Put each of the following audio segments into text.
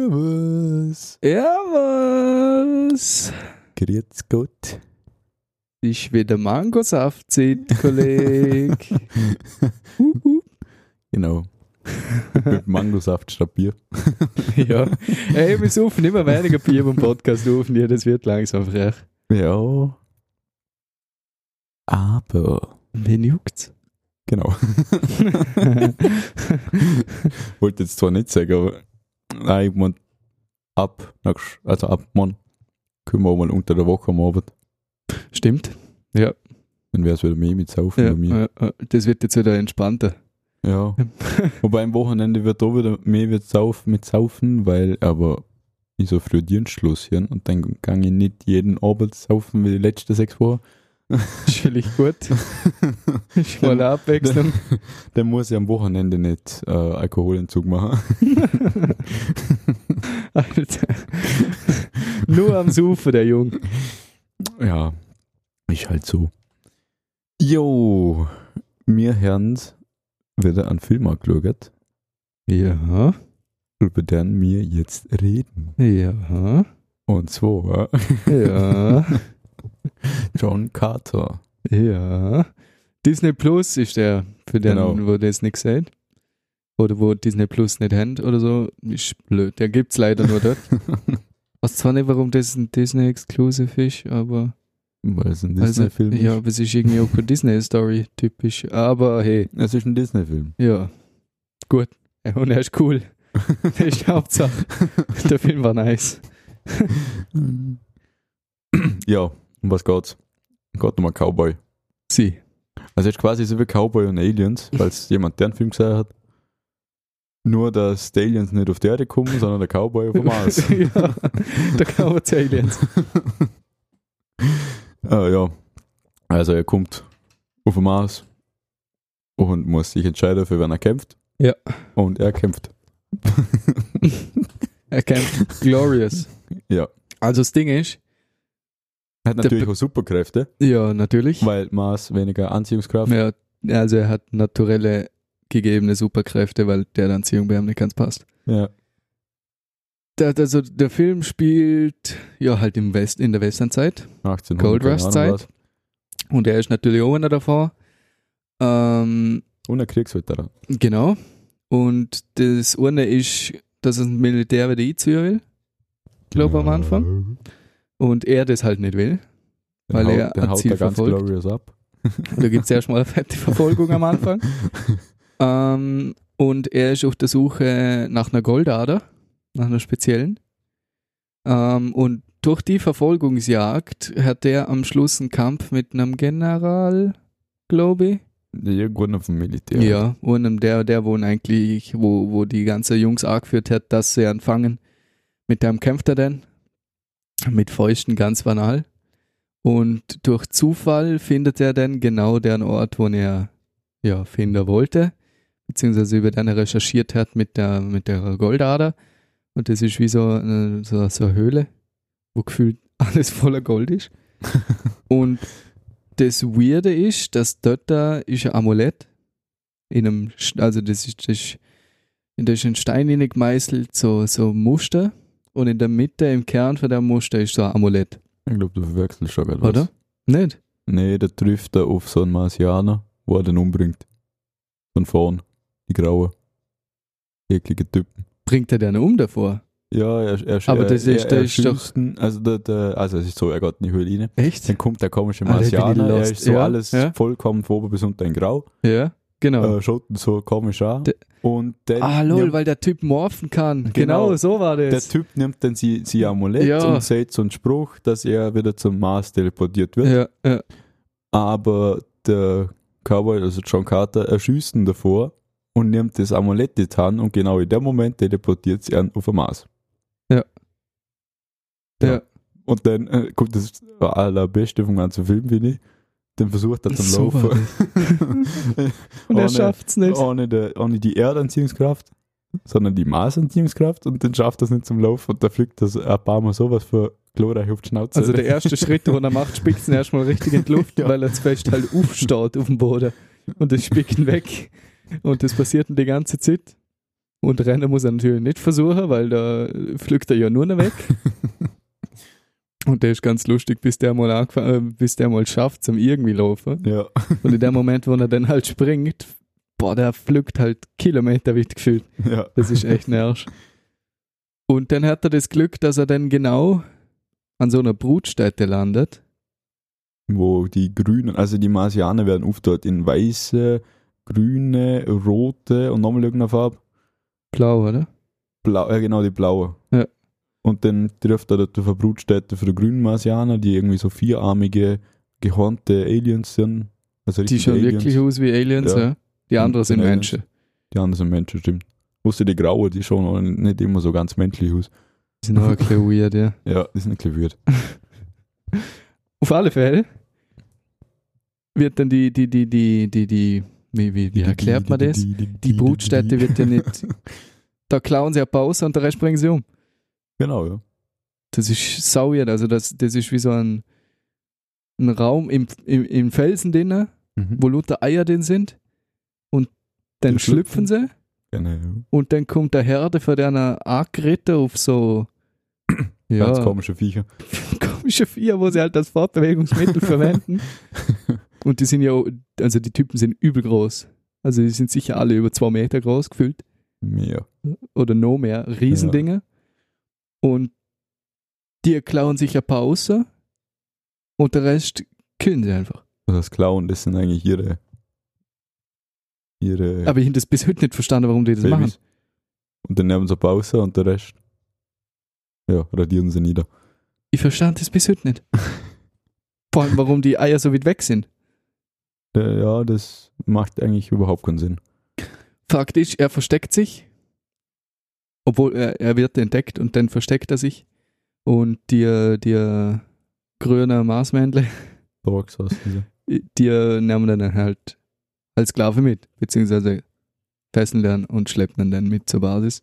Servus. Ja, was? Grüß Gott. Ist wieder Mangosaft-Zeit, Kollege. uh, uh. Genau. Mit Mangosaft statt Bier. Ja. Ey, wir saufen immer weniger Bier beim Podcast auf. Ja, das wird langsam frech. Ja. Aber. Wen juckt's? Genau. Wollte jetzt zwar nicht sagen, aber. Nein, ich mein, ab, nächst- also ab morgen können wir auch mal unter der Woche am Abend. Stimmt. Dann wäre es wieder mehr mit Saufen Ja, bei mir. ja, ja. das wird jetzt wieder entspannter. Ja. Wobei am Wochenende wird auch wieder mehr wird sauf, mit Saufen, weil aber ich so früh Dienstschluss hier und dann gang ich nicht jeden Abend saufen wie die letzten sechs Wochen. Ist vielleicht gut. Ist mal abwechseln. Dann muss ich am Wochenende nicht äh, Alkoholentzug machen. Alter. Nur am Saufen, der Junge. Ja, ist halt so. Jo, mir haben wieder einen Film angeschaut, Ja. über den wir jetzt reden. Ja. Und zwar Ja. John Carter. Ja. Disney Plus ist der, für den, Genau. wo das nicht seht. Oder wo Disney Plus nicht hängt oder so. Ist blöd. Der gibt's leider nur dort. Weiß zwar nicht, warum das ein Disney-Exclusive ist, aber. Weil es ein Disney-Film also, ist. Ja, aber es ist irgendwie auch eine Disney-Story typisch. Aber hey, Es ist ein Disney-Film. ja. Gut. Und er ist cool. Das ist die Hauptsache. Der Film war nice. ja, um was geht's? Gott nochmal Cowboy. Sie. Also es ist quasi so wie Cowboy und Aliens, falls jemand deren Film gesehen hat. Nur, dass die Aliens nicht auf die Erde kommen, sondern der Cowboy auf dem Mars. ja, da kann man zählen. ah, ja. Also er kommt auf dem Mars und muss sich entscheiden, für wen er kämpft. Ja. Und er kämpft. Er kämpft Glorious. Ja. Also das Ding ist, Hat Der natürlich Be- auch Superkräfte, ja, natürlich. weil Mars weniger Anziehungskraft. Ja, also er hat naturelle gegebene Superkräfte, weil der Anziehung bei ihm nicht ganz passt. Ja. Der, also der Film spielt ja halt im West, in der Westernzeit 1800, Gold keine Rush Ahnung Zeit. was. und er ist natürlich auch einer davon. Ähm, Und ein Kriegsveteran. genau. Und das eine ist, dass es ein Militär wieder einziehen will Glaub am Anfang. und er das halt nicht will. Weil haut- er dann ein haut Ziel er ganz verfolgt. Glorious ab. Da gibt es erstmal eine fette Verfolgung am Anfang. Ähm, und er ist auf der Suche nach einer Goldader, nach einer speziellen. Ähm, und durch die Verfolgungsjagd hat er am Schluss einen Kampf mit einem General, glaube ich. Irgendwann vom Militär. Ja, und einem der, der wo ihn eigentlich, wo, wo die ganze Jungs angeführt hat, dass sie anfangen. Mit dem kämpft er dann. Mit Fäusten ganz banal. Und durch Zufall findet er dann genau den Ort, wo er ja, finden wollte. Beziehungsweise über den er recherchiert hat mit der, mit der Goldader. Und das ist wie so eine, so, so eine Höhle, wo gefühlt alles voller Gold ist. Und das Weirde ist, dass dort da ist ein Amulett in einem, St- also das ist, das ist, da ist ein Stein in gemeißelt, so, so ein Muster. Und in der Mitte, im Kern von dem Muster, ist so ein Amulett. Ich glaube, du verwechselst schon etwas. Oder? Nicht? Nee, der trifft er auf so einen Marsianer, wo er den umbringt. Von vorn. Die graue. Eklige Typen. Bringt er den um davor? Ja, er, er Aber das er, ist- er, das er ist doch- schießt ihn, Also, der, der, also es ist so, er geht in die Höhle rein. Echt? Dann kommt der komische Alter, bin ich Marsianer, er lost. ist so Ja, alles ja. vollkommen von oben bis unten in grau. Ja, genau. Äh, schaut ihn so komisch an. Der- und dann ah, lol, nimmt, weil der Typ morphen kann. Genau, Genau. so war der das. Typ nimmt dann sie, sie Amulett Ja. und sagt so einen Spruch, dass er wieder zum Mars teleportiert wird. ja, ja. aber der Cowboy, also John Carter, erschießt ihn davor und nimmt das Amulett nicht an und genau in dem Moment teleportiert sie an auf den Mars. Ja. Ja. Und dann äh, kommt das allerbeste vom ganzen Film, finde ich. Dann versucht er zum So war Laufen. Und er Ohne- schafft's nicht. ohne, der, ohne die Erdanziehungskraft, sondern die Marsanziehungskraft und dann schafft er es nicht zum Laufen und da fliegt das ein paar Mal sowas für glorreich auf die Schnauze. Also der erste Schritt, den er macht, spickt ihn erstmal richtig in die Luft, Ja. weil er fest halt aufstaut auf dem Boden und das spickt ihn weg. Und das passiert ihm die ganze Zeit. Und rennen muss er natürlich nicht versuchen, weil da pflückt er ja nur noch weg. Und der ist ganz lustig, bis der mal, angef- äh, bis der mal schafft, zum irgendwie laufen. Ja. Und in dem Moment, wo er dann halt springt, boah, der pflückt halt Kilometer weit gefühlt. ja. Das ist echt nervig. Und dann hat er das Glück, dass er dann genau an so einer Brutstätte landet. Wo die Grünen, also die Marsianer werden aufgeteilt in weiße, grüne, rote und nochmal irgendeine Farbe. Blau, oder? Blau, ja genau, die blaue. Ja. Und dann trifft er dort auf eine Brutstätte für die grünen Marsianer, die irgendwie so vierarmige, gehornte Aliens sind. Also Die richtige schauen Aliens. wirklich aus wie Aliens, Ja. ja. Die anderen Und sind Aliens. Menschen. Die anderen sind Menschen, stimmt. Wusste die Graue, die schauen auch nicht immer so ganz menschlich aus. Die sind auch ein bisschen weird, ja. Ja, die sind ein bisschen weird. Auf alle Fälle wird dann die, die, die, die, die, die, wie, wie, wie erklärt man das? Die Brutstätte wird ja nicht, da klauen sie eine Pause und der Rest bringen sie um. Genau, ja. Das ist sauer, also das, das ist wie so ein, ein Raum im, im, im Felsen drin, Mhm. wo lauter Eier drin sind und dann Die schlüpfen schlüpfen. sie Genau, ja. und dann kommt der Herde von deiner Argrette auf so Ganz ja, komische Viecher. komische Vier, wo sie halt das Fortbewegungsmittel verwenden und die sind ja, also die Typen sind übel groß, also die sind sicher alle über zwei Meter groß gefühlt Mehr. oder no mehr, Riesendinge. Und die klauen sich ein paar außer und der Rest killen sie einfach. Also das Clown, das sind eigentlich ihre. Ihre. Aber ich habe das bis heute nicht verstanden, warum die das machen. Babys. Und dann nehmen sie eine Pause und der Rest. Ja, radieren sie nieder. Ich verstand das bis heute nicht. Vor allem, warum die Eier so weit weg sind. Äh, Ja, das macht eigentlich überhaupt keinen Sinn. Fakt ist, er versteckt sich, obwohl er, er wird entdeckt und dann versteckt er sich. Und dir, dir grüne Marsmännle, Dorks heißen sie. die nehmen dann halt als Sklave mit, beziehungsweise fesseln dann und schleppen ihn dann mit zur Basis.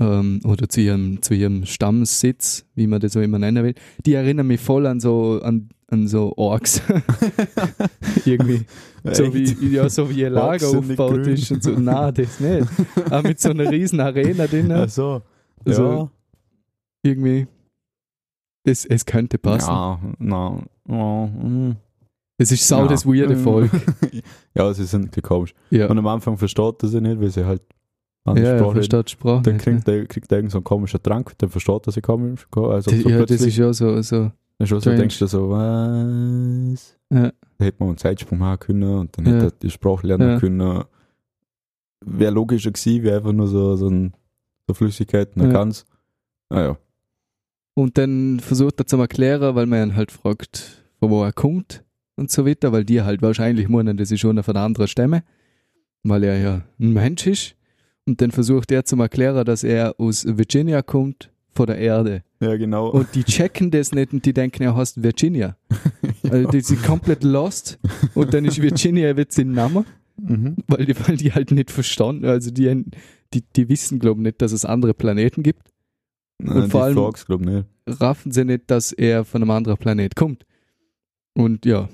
Ähm, oder zu ihrem, zu ihrem Stammsitz, wie man das so immer nennen will. Die erinnern mich voll an so, an, an so Orks. Irgendwie. so, wie, ja, so wie ihr Lager Orks sind nicht aufgebaut grün. ist und so. Nein, das nicht. Aber mit so einer riesen Arena drin. Ach so. Also irgendwie. Es, es könnte ja. passen. Ja, na, na, mm. Es ist sau Ja. das weirde Mm. Volk. ja, sie sind ein bisschen komisch. Ja, Und am Anfang versteht er sie nicht, weil sie halt ja, andere ja Sprache reden. versteht Sprache. Dann nicht, ne? kriegt er, kriegt er irgend so einen komischen Trank, dann versteht er sie komisch. Also Das, so ja, das plötzlich. ist ja so. so. Dann schon so Strange. denkst du so, was? Ja. Da hätte man einen Zeitsprung machen können und dann Ja. hätte er die Sprache lernen Ja. können. Wäre logischer gewesen, wäre einfach nur so, so, ein, so Flüssigkeiten, ah Ja. er kann's. Naja, Und dann versucht er zum Erklären, weil man ihn halt fragt, von wo er kommt und so weiter, weil die halt wahrscheinlich meinen, das ist schon von einer anderen Stämme, weil er ja ein Mensch ist. Und dann versucht er zum Erklären, dass er aus Virginia kommt, von der Erde. ja genau. Und die checken das nicht und die denken, er heißt Virginia. ja. Also die sind komplett lost und dann ist Virginia wird sein Name, mhm. weil die, weil die halt nicht verstanden, also die, die, die wissen, glaube ich, nicht, dass es andere Planeten gibt. Nein, vor die allem- Frogs, glaub nicht. raffen sie nicht, dass er von einem anderen Planet kommt. Und ja,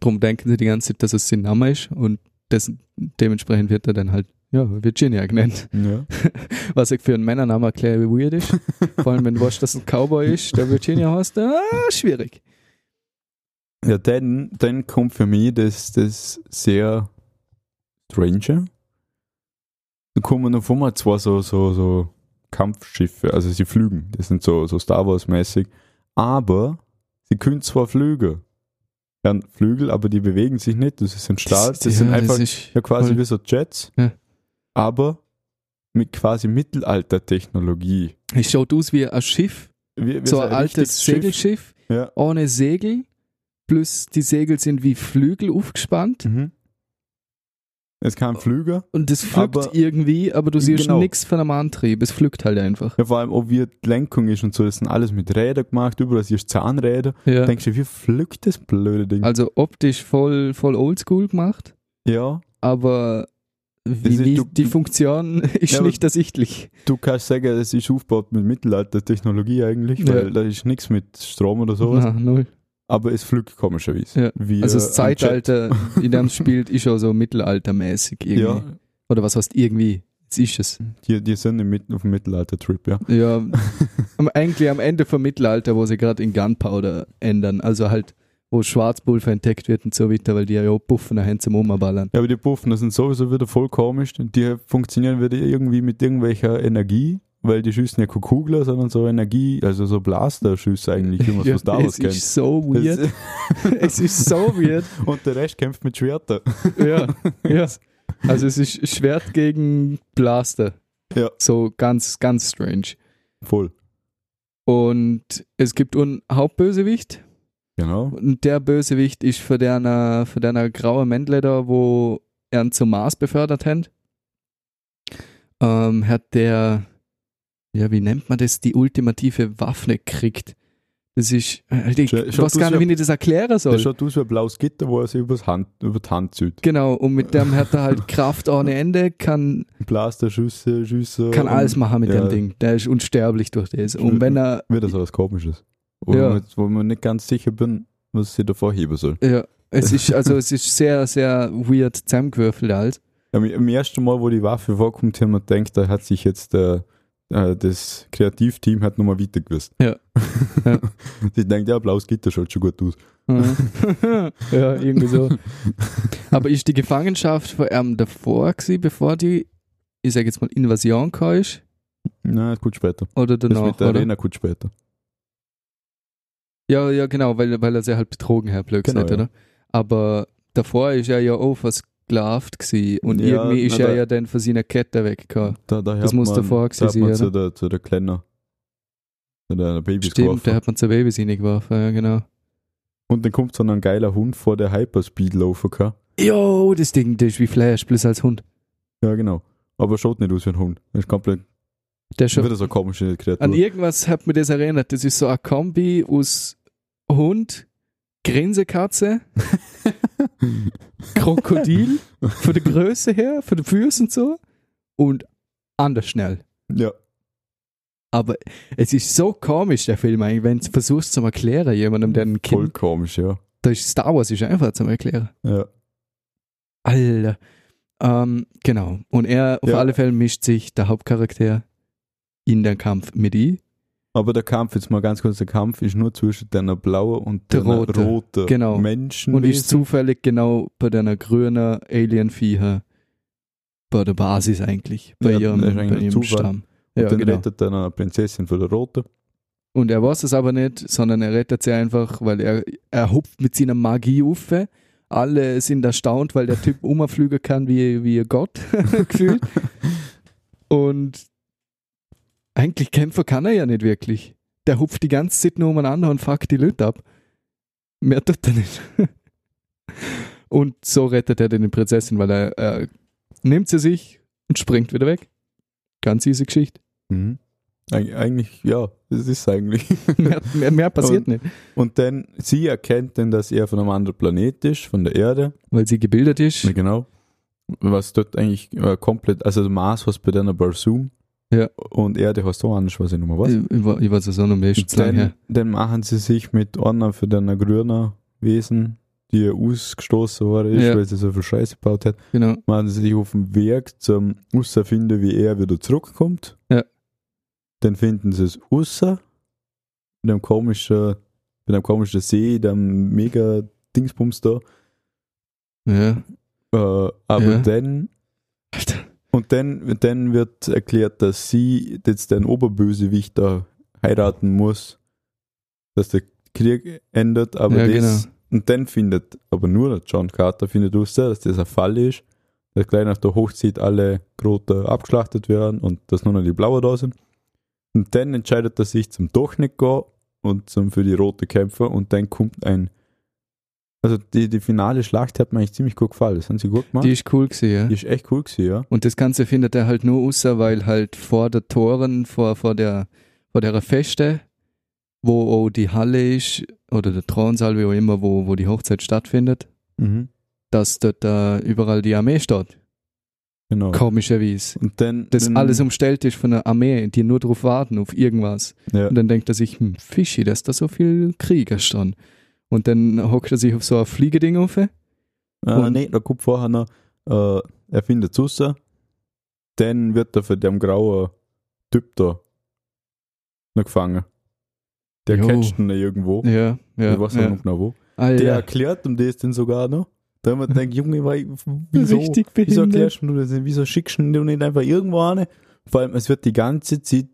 darum denken sie die ganze Zeit, dass es sein Name ist und das, dementsprechend wird er dann halt ja, Virginia genannt. Ja. Was ich für einen Männernamen erkläre, wie weird ist. Vor allem, wenn du weißt, dass ein Cowboy ist, der Virginia heißt, ah, schwierig. ja, dann, dann kommt für mich das, das sehr Stranger. Dann kommen noch vor mir zwar so, so, so Kampfschiffe, also sie flügen, das sind so, so Star Wars-mäßig, aber sie können zwar flügen. Ja, Flügel, aber die bewegen sich nicht, das sind Stahl, das, sind ja, einfach ist ja, quasi voll- wie so Jets, Ja. aber mit quasi Mittelaltertechnologie. Es schaut aus wie ein Schiff, Wie- wie so ein altes richtiges Schiff. Segelschiff Ja. ohne Segel, plus die Segel sind wie Flügel aufgespannt. Mhm. Es kann Flüger. Und es pflückt Aber- irgendwie, aber du siehst Genau. nichts von einem Antrieb. Es pflückt halt einfach. Ja, vor allem, ob wie die Lenkung ist und so, das sind alles mit Rädern gemacht, überall siehst du Zahnräder. Ja. Denkst du, wie pflückt das blöde Ding? Also optisch voll, voll oldschool gemacht, ja, aber Das wie, ist- wie, du- die Funktion ist Ja, aber- nicht ersichtlich. du kannst sagen, es ist aufgebaut mit Mittelaltertechnologie eigentlich, Ja. weil da ist nichts mit Strom oder sowas, Na, null. aber es pflückt komischerweise. Ja. Wie, Also äh, das ein Jet. Zeitalter, in dem es spielt, ist ja so mittelaltermäßig irgendwie. Ja, Oder was heißt irgendwie? nichts ist es. Die, die sind im Mit auf dem Mittelalter-Trip, ja. Ja, am, eigentlich am Ende vom Mittelalter, wo sie gerade in Gunpowder ändern. Also halt, wo Schwarzpulver entdeckt wird und so weiter, weil die ja Puffen nachher zum Umballern. Ja, aber die Puffen, das sind sowieso wieder voll komisch. Die funktionieren wieder irgendwie mit irgendwelcher Energie, weil die schießen ja keine Kugler, sondern so Energie, also so Blaster-Schüsse eigentlich, wie man es Ja, von Star Wars es kennt. ist so weird. Das- es ist so weird. Und der Rest kämpft mit Schwertern. Ja, ja. Also es ist Schwert gegen Blaster. Ja. So ganz, ganz strange. Voll. Und es gibt einen Hauptbösewicht, Genau. Und der Bösewicht ist für deiner, für deiner graue Mändle da, wo er ihn zum Mars befördert hat. Ähm, hat der, ja, wie nennt man das, die ultimative Waffe gekriegt. Das ist, äh, ich Schau- schau, weiß du gar ja- nicht, wie ich das erklären Das soll. schaut aus wie ein blaues Gitter, wo er sich übers Hand, über die Hand zieht. Genau, und mit dem hat er halt Kraft ohne Ende, kann, Blaster, Schüsse, Schüsse. kann alles machen mit ja. dem Ding. Der ist unsterblich durch das. Und wenn er Wieder so was Komisches. Wo, Ja. ja. man, wo man nicht ganz sicher bin, was sie davor heben soll. Ja, es ist, also es ist sehr, sehr weird zusammengewürfelt halt. Am, am ersten Mal, wo die Waffe vorkommt, haben wir gedacht, da hat sich jetzt äh, äh, das Kreativteam hat nochmal weiter gewusst. Ja. Ja. Sie denkt, ja, blaues Gitter schaut schon gut aus. ja, irgendwie so. Aber ist die Gefangenschaft von ihm davor gewesen, bevor die, ich sag jetzt mal, Invasion gekommen ist? Na, gut später. Oder das danach, mit der Genau, oder? Arena gut später. Ja, ja, genau, weil, weil er sie halt betrogen hat, blöd Genau, gesagt, ja. oder? Aber davor ist er ja auch versklavt gewesen und Ja, irgendwie ist na, er da- ja dann von seiner Kette weggekommen. Da, da Das hat muss man, davor gewesen da hat sein, man oder? zu der, zu der Kleiner. Zu der Babys Stimmt, geworfen. da hat man zwei Babys hingeworfen, ja, genau. Und dann kommt so ein geiler Hund vor, der Hyperspeed laufen kann. Jo, das Ding, das ist wie Flash, bloß als Hund. Ja, genau. Aber schaut nicht aus wie ein Hund. Das ist komplett Der ist schon wieder so komische Kreatur. An irgendwas hat mir das erinnert. Das ist so eine Kombi aus Hund, Grinsekatze, Krokodil, von der Größe her, von den Füßen und so und anders schnell. ja. Aber es ist so komisch, der Film eigentlich, wenn du versuchst zu erklären, jemandem, der ein Voll Kind, komisch, ja. da ist Star Wars ist einfach zum Erklären. Ja. Alter. Ähm, genau. Und er, auf Ja. alle Fälle mischt sich der Hauptcharakter in den Kampf mit ihm. Aber der Kampf, jetzt mal ganz kurz, der Kampf ist nur zwischen deiner blauen und Der der deiner rote. roten Genau. Menschen. Und ist zufällig genau bei deiner grünen Alien-Viecher bei der Basis eigentlich, bei Ja, ihrem, das ist bei eigentlich ein ihrem Zufall. Stamm. und Ja, dann genau. rettet deiner Prinzessin von der roten. Und er weiß es aber nicht, sondern er rettet sie einfach, weil er, er hupft mit seiner Magie auf. Alle sind erstaunt, weil der Typ umflügen kann wie, wie ein Gott, gefühlt. Und eigentlich kämpfen kann er ja nicht wirklich. Der hupft die ganze Zeit nur umeinander und fuckt die Leute ab. Mehr tut er nicht. Und so rettet er dann die Prinzessin, weil er, er nimmt sie sich und springt wieder weg. Ganz easy Geschichte. Mhm. Eig eigentlich, ja, das ist eigentlich. Mehr, mehr, mehr passiert Und- nicht. Und dann, sie erkennt dann, dass er von einem anderen Planet ist, von der Erde. Weil sie gebildet ist. Ja, genau. Was dort eigentlich äh, komplett, also der Mars hast bei deiner Barsum. Ja. Und Erde hast du anders, was ich nochmal weiß. Ich, ich, war, ich weiß es auch noch mehr, schon zu lange Dann, her. dann machen sie sich mit einer für deiner grüner Wesen, die ausgestoßen worden ist, Ja. weil sie so viel Scheiße gebaut hat, Genau. machen sie sich auf dem Weg zum Ausserfinden, wie er wieder zurückkommt. Ja. Dann finden sie es Ausser mit einem komischen, mit einem komischen See, dem mega Dingsbums da. Ja. Äh, aber Ja. dann Alter. Und dann, dann wird erklärt, dass sie jetzt den Oberbösewicht da heiraten muss, dass der Krieg endet, aber Ja, genau. das, und dann findet, aber nur der John Carter findet aus, dass das ein Fall ist, dass gleich nach der Hochzeit alle Grote abgeschlachtet werden und dass nur noch die Blauen da sind. Und dann entscheidet er sich zum doch nicht gehen und zum für die Rote kämpfen und dann kommt ein also die, die finale Schlacht hat mir eigentlich ziemlich gut gefallen. Das haben sie gut gemacht. Die Die, ist cool gewesen, ja. ist echt cool gewesen, ja. Und das Ganze findet er halt nur außer, weil halt vor der Toren, vor, vor der vor der Feste, wo auch die Halle ist, oder der Thronsaal, wie auch immer, wo, wo die Hochzeit stattfindet, Mhm. dass dort äh, überall die Armee steht. Genau. Komischerweise. Und dann. Das dann, alles umstellt ist von der Armee, die nur drauf warten, auf irgendwas. Ja, Und dann denkt er sich, hm, Fischi, dass da so viel Krieger stehen. Und dann hockt er sich auf so ein Fliegeding auf. äh, und- nee, da kommt vorher noch, äh, er findet Susser, dann wird er von dem grauen Typ da noch gefangen. Der Jo. catcht ihn ja irgendwo. Ja, ja. ich weiß ja. auch nicht genau wo. Alter, Der erklärt ihm das denn sogar noch. Da haben wir gedacht, Junge, weil- wieso, richtig wieso behindert. erklärst du das denn? Wieso schickst du ihn nicht einfach irgendwo an? Vor allem, es wird die ganze Zeit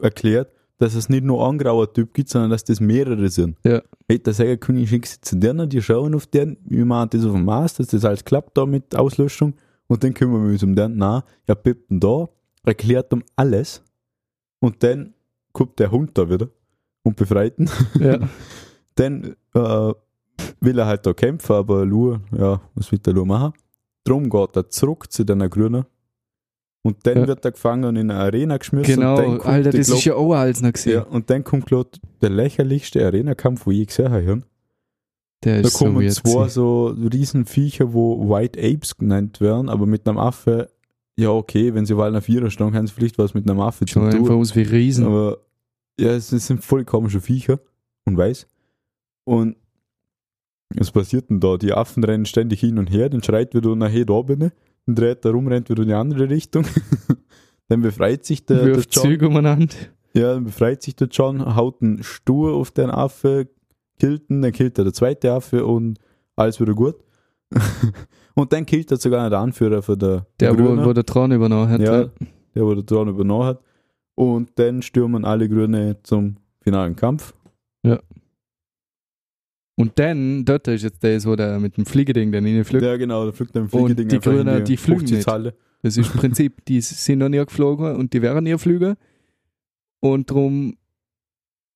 erklärt, dass es nicht nur ein grauer Typ gibt, sondern dass das mehrere sind. Ja. Hätte er sagen können, ich schicke sie zu denen, die schauen auf den, wir machen das auf dem Mars, dass das alles klappt da mit Auslöschung und dann kümmern wir uns um den. Nein, ja, pippt ihn da, erklärt ihm alles und dann kommt der Hund da wieder und befreit ihn Ja. dann äh, will er halt da kämpfen, aber Lur, ja, was will der Lur machen? Drum geht er zurück zu den Grünen und dann Ja. wird er gefangen und in eine Arena geschmissen. und dann Genau, kommt Alter, die das ist Glo- ja auch als noch gesehen. ja, und dann kommt glaub, der lächerlichste Arenakampf, wo ich gesehen habe. Der Da ist so kommen weird zwei gewesen. so Riesenviecher, wo White Apes genannt werden, aber mit einem Affe, ja okay, wenn sie weil einer Vierer schlagen, haben sie vielleicht was mit einem Affe zu Schon tun. einfach aus wie Riesen. Aber ja, es, es sind voll komische Viecher und weiß. Und was passiert denn da? Die Affen rennen ständig hin und her, dann schreit wieder einer, hey, da bin ich. Dann dreht er rum, rennt wieder in die andere Richtung. dann befreit sich der, der Wirft John. Züge umeinander. Ja, dann befreit sich der John, haut einen Stur auf den Affe, killt ihn, dann killt er der zweite Affe und alles wieder gut. und dann killt er sogar noch den Anführer von der Der, wo, Grünen. wo der Thron übernommen hat. Ja, ja. der wurde Thron übernommen hat. Und dann stürmen alle Grüne zum finalen Kampf. Und dann, dort ist jetzt das, wo der mit dem Fliegerding dann reinfliegt. Ja, genau, da fliegt dann ein Und Fliegeding die einfach in Grünen, die fliegen nicht. Aufsichtshalle. Das ist im Prinzip, die sind noch nie geflogen und die wären nie geflogen. Und drum,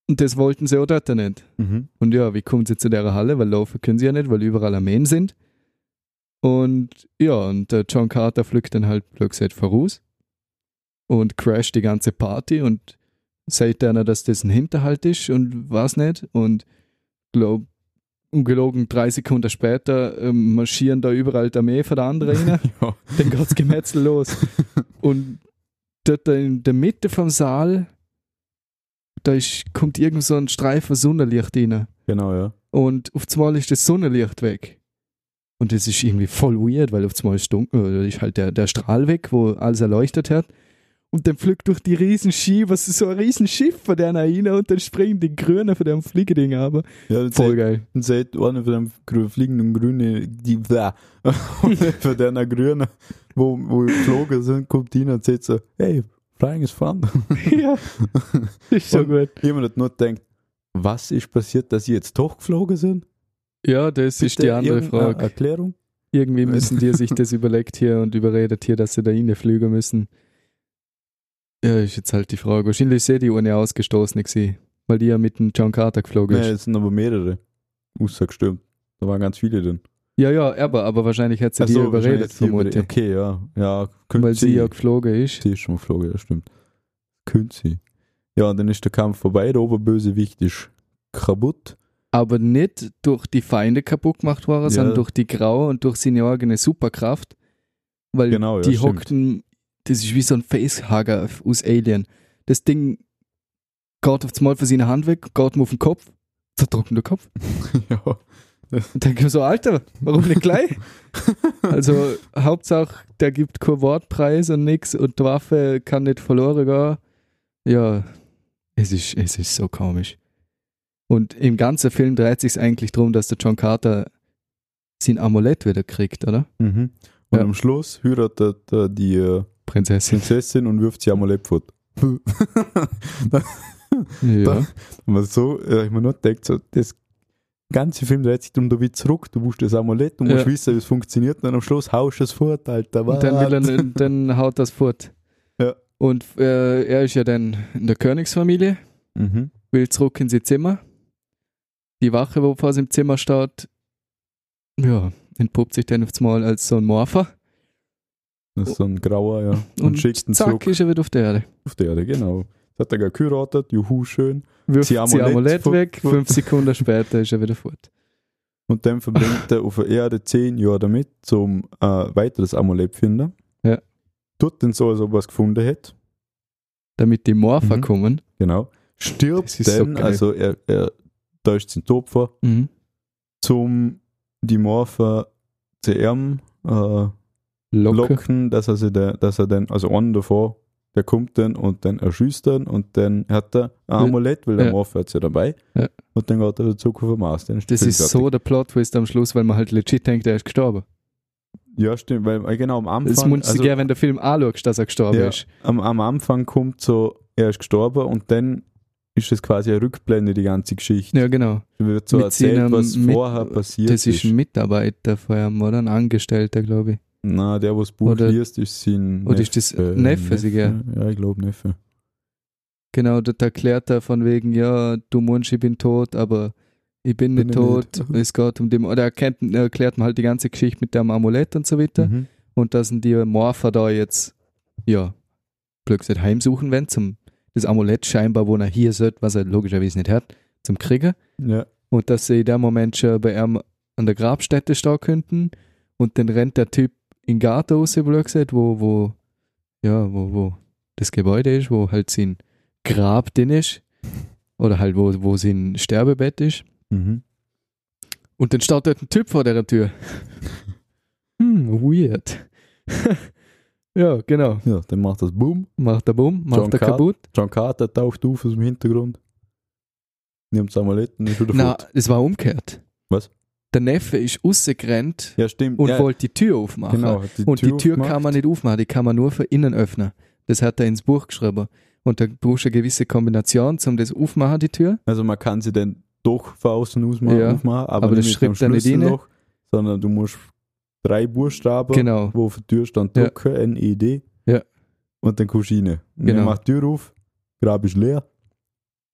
und das wollten sie auch dort nicht. Mhm. Und ja, wie kommen sie zu der Halle? Weil laufen können sie ja nicht, weil überall Armeen sind. Und ja, und der John Carter pflückt dann halt, blöd gesagt, voraus und crasht die ganze Party und sagt einer, dass das ein Hinterhalt ist und was nicht. Und glaub, ungelogen drei Sekunden später ähm, marschieren da überall die Armee von der anderen rein. Ja. dann geht's Gemetzel los. Und dort in der Mitte vom Saal, da ist, kommt irgend so ein Streifen Sonnenlicht rein. Genau, ja. Und auf einmal ist das Sonnenlicht weg. Und das ist irgendwie voll weird, weil auf einmal ist, dunkel, äh, ist halt der, der Strahl weg, wo alles erleuchtet hat. Und dann fliegt durch die riesen Ski, was ist so ein riesen Schiff von der rein und dann springen die Grünen von dem Fliegeding aber. ja dann Voll seht- geil. dann seht ihr einen von den grü- fliegenden Grünen, die bla. Und einer von den Grünen, wo, wo geflogen sind, kommt hin und sagt so, hey, flying is fun. ja, ist so Und- gut. Jemand hat nur denkt, was ist passiert, dass sie jetzt doch geflogen sind? Ja, das ist die Bitte andere irgendeine Frage. Erklärung? Irgendwie müssen die sich das überlegt hier und überredet hier, dass sie da reinfliegen müssen. Ja, ist jetzt halt die Frage. Wahrscheinlich ist eh die eine ausgestoßen gewesen, weil die ja mit dem John Carter geflogen ist. Nee, es sind aber mehrere. Aussage stimmt. Da waren ganz viele drin. Ja, ja, aber, aber wahrscheinlich hat sie die Ach so, überredet, wahrscheinlich die vermute überredet. ich. Okay, ja. Ja, könnte Weil sie ja geflogen ist. Sie ist schon geflogen, ja, stimmt. Könnte sie. Ja, und dann ist der Kampf vorbei. Der Oberbösewicht ist kaputt. Aber nicht durch die Feinde kaputt gemacht worden, Ja. sondern durch die Graue und durch seine eigene Superkraft. Weil Genau, ja, die stimmt. hockten, das ist wie so ein Facehugger aus Alien. Das Ding geht auf das Mal von seiner Hand weg, geht ihm auf den Kopf, zerdrückt ihm den Kopf. ja. Und denke mir so, Alter, warum nicht gleich? also Hauptsache, der gibt keinen Wortpreis und nix und die Waffe kann nicht verloren gehen. Ja, es ist, es ist so komisch. Und im ganzen Film dreht sich eigentlich darum, dass der John Carter sein Amulett wieder kriegt, oder? Mhm. Und Ja. am Schluss heiratet er die äh, Prinzessin. Prinzessin und wirft sie einmal fort. Ja. Aber so, äh, ich mir nur denkt, so, das ganze Film dreht sich darum, du willst zurück, du musst das Amulett, du musst Ja. wissen, wie es funktioniert, und dann am Schluss haust du es fort, Alter. Und dann, was? will er, dann haut das fort. Ja. Und äh, er ist ja dann in der Königsfamilie. mhm. will zurück in sein Zimmer. Die Wache, wo vor seinem Zimmer steht, ja, entpuppt sich dann aufs Mal als so ein Morpher. Das ist so ein grauer, ja. Und, schickt ihn zack, zurück ist er wieder auf der Erde. auf die Erde, genau. Jetzt hat er gar geheiratet, juhu, schön. Wirft Sie sie Amulett, Amulett fort- weg, fort- fünf Sekunden später ist er wieder fort. Und dann verbringt er auf der Erde zehn Jahre damit, zum äh, weiteres Amulett finden. Ja. Tut dann so, als ob er es gefunden hätte. Damit die Morpher Mhm. kommen. Genau. Stirbt Das ist so dann, geil. also er, er täuscht seinen Tod vor, Mhm. zum die Morpher zu ärmen, äh, Locker. locken, dass er, sie da, dass er dann, also einen davor, der kommt dann und dann erschießt dann und dann hat er ein Ja. Amulett, weil der Ja. Morph hat ja dabei Ja. und dann geht er dazu auf Maß. Das Das ist so der Plot-Twist am Schluss, weil man halt legit denkt, er ist gestorben. Ja, stimmt, weil äh, genau am Es Anfang, munzt also, also, gern, wenn der Film anschaust, dass er gestorben Ja. ist. am, am Anfang kommt so, er ist gestorben und dann ist es quasi eine Rückblende, die ganze Geschichte. Ja, genau. Wird so Mit erzählt, seinem- was mit- vorher passiert Das ist ist. ein Mitarbeiter von ihm, oder? Ein Angestellter, glaube ich. Na, der, was Buch Oder- liest, ist sein Oder ist das Neffe. äh, Neffe, sicher? Ja, ich glaube Neffe. Genau, dort erklärt er von wegen, ja, du Munsch, ich bin tot, aber ich bin, nicht ich tot. nicht. Es geht um dem, oder er, kennt, er erklärt ihm halt die ganze Geschichte mit dem Amulett und so weiter. Mhm. Und dass ihn die Morpher da jetzt, ja, blöd gesagt, heimsuchen werden, zum, das Amulett scheinbar, wo er hier sollte, was er logischerweise nicht hat, zum Kriegen. Ja, Und dass sie in dem Moment schon bei ihm an der Grabstätte stehen könnten. Und dann rennt der Typ in den Garten raus, blöd gesagt, wo, wo, ja, wo, wo das Gebäude ist, wo halt sein Grab drin ist. Oder halt, wo, wo sein Sterbebett ist. mhm. Und dann steht dort ein Typ vor der Tür. Hm, weird. ja, genau. ja dann macht das Boom. Macht er Bumm, macht John er Carter. kaputt. John Carter taucht auf aus dem Hintergrund, nimmt das Amulett und ist wieder Na, fort. es war umgekehrt. Was? Der Neffe ist rausgerannt Ja, stimmt. und ja, wollte die Tür aufmachen. genau, hat Und die Tür aufgemacht. kann man nicht aufmachen, die kann man nur für innen öffnen. Das hat er ins Buch geschrieben. Und da brauchst du eine gewisse Kombination, um das aufmachen, die Tür. Also man kann sie dann doch von außen ausmachen, Ja, aufmachen, aber, aber das nicht mit einem schreibt er nicht rein. ne? Schlüsselloch, sondern du musst drei Buchstaben, Genau. wo auf der Tür stand Ja. drücken, N, E, D. Ja. Und dann kommst du rein. Und Genau. Dann macht die Tür auf, Grab ist leer,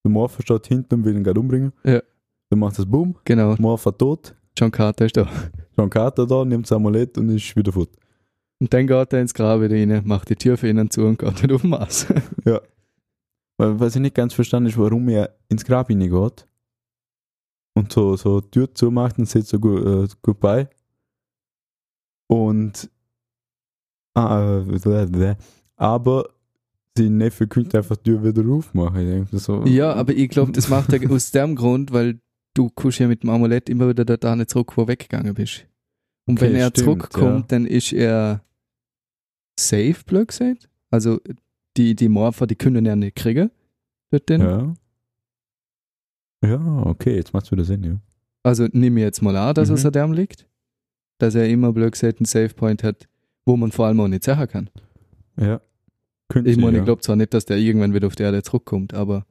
der Morpher steht hinten und will ihn gerade umbringen. Ja. Dann macht das Boom, Genau, Morpher tot, John Carter ist da. John Carter da, nimmt das Amulett und ist wieder fort. Und dann geht er ins Grab wieder rein, macht die Tür für innen zu und geht wieder auf Maß. Weil, was ich nicht ganz verstanden ist, warum er ins Grab hineingeht und so, so die Tür zumacht und sagt so gu- äh, Goodbye. Und. Ah, äh, blä, blä. aber sein Neffe könnte einfach die Tür wieder aufmachen. Ich denke mir so, ja, aber ich glaube, das macht er aus dem Grund, weil du kannst ja mit dem Amulett immer wieder dort hin zurück, wo du weggegangen bist. Und Okay, wenn er stimmt, zurückkommt, ja. dann ist er safe, blöd gesagt. Also die, die Morpher, die können ja nicht kriegen. Dort den. Ja. Ja, okay, jetzt macht es wieder Sinn, ja. Also nimm ich jetzt mal an, dass Mhm. es an dem liegt. Dass er immer blöd gesagt einen Safe Point hat, wo man vor allem auch nicht sicher kann. Ja. Könnte, Ich meine, ja. ich glaube zwar nicht, dass der irgendwann wieder auf die Erde zurückkommt, aber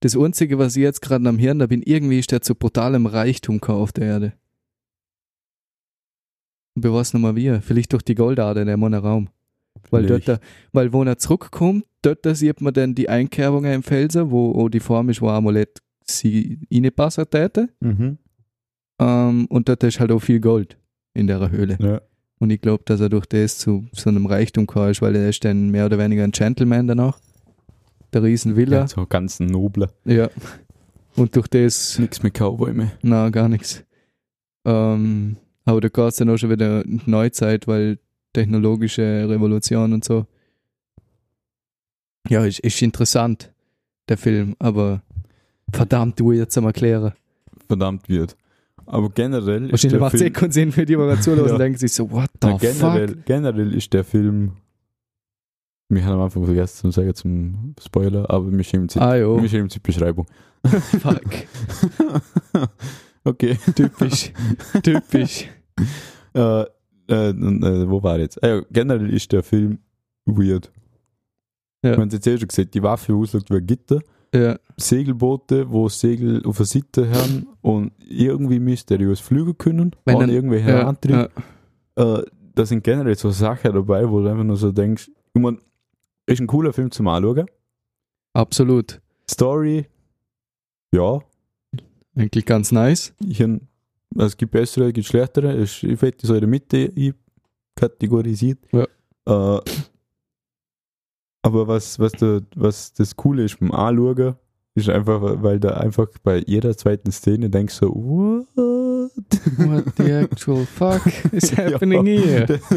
das Einzige, was ich jetzt gerade am Hirn da bin, irgendwie ist der zu brutalem Reichtum gekommen auf der Erde. Und Wer weiß nochmal wie? Vielleicht durch die Goldader in der Raum. Weil, dort da, Vielleicht. weil wo er zurückkommt, dort da sieht man dann die Einkerbungen im Felsen, wo auch die Form ist, wo ein Amulett sie reinpassen täte. Mhm. Ähm, und dort ist halt auch viel Gold in der Höhle. Ja. Und ich glaube, dass er durch das zu so einem Reichtum gekommen ist, weil er ist dann mehr oder weniger ein Gentleman danach. Der Riesenvilla. ja. So ganz nobler. Ja. Und durch das, Nichts mit Cowboy mehr. na, gar nichts. Ähm, aber da gab es dann auch schon wieder eine Neuzeit, weil technologische Revolution und so. Ja, ist, ist interessant, der Film, aber verdammt, du jetzt am Erklären. Verdammt wird. Aber generell. ist Wahrscheinlich der macht es eh Film- keinen Sinn für die, die gerade zuhören Ja. und denken sich so, what the Na, generell, fuck? generell ist der Film. Wir haben am Anfang vergessen zu sagen zum Spoiler, aber mir schämt sich Ah, jo, mir schämt sich die Beschreibung. fuck. okay. Typisch. Typisch. Äh, äh, äh, wo war ich jetzt? Äh, generell ist der Film weird. Ja. Wir haben es jetzt eh schon gesagt, die Waffe aussieht wie ein Gitter, Ja, Segelboote, wo Segel auf der Seite haben und irgendwie mysteriös flügen können, Wenn ohne dann- irgendwelche ja, Antrieb. ja, äh, da sind generell so Sachen dabei, wo du einfach nur so denkst, ich mein, ist ein cooler Film zum Anschauen. absolut. Story, ja, Eigentlich ganz nice. ich hab- es gibt bessere, es gibt schlechtere, ist, ich werde so in der Mitte ich kategorisiert. Ja. Äh, aber was, was, da, was das Coole ist beim Anschauen, ist einfach, weil da einfach bei jeder zweiten Szene denkst so, what? What the actual fuck is Ja. happening here?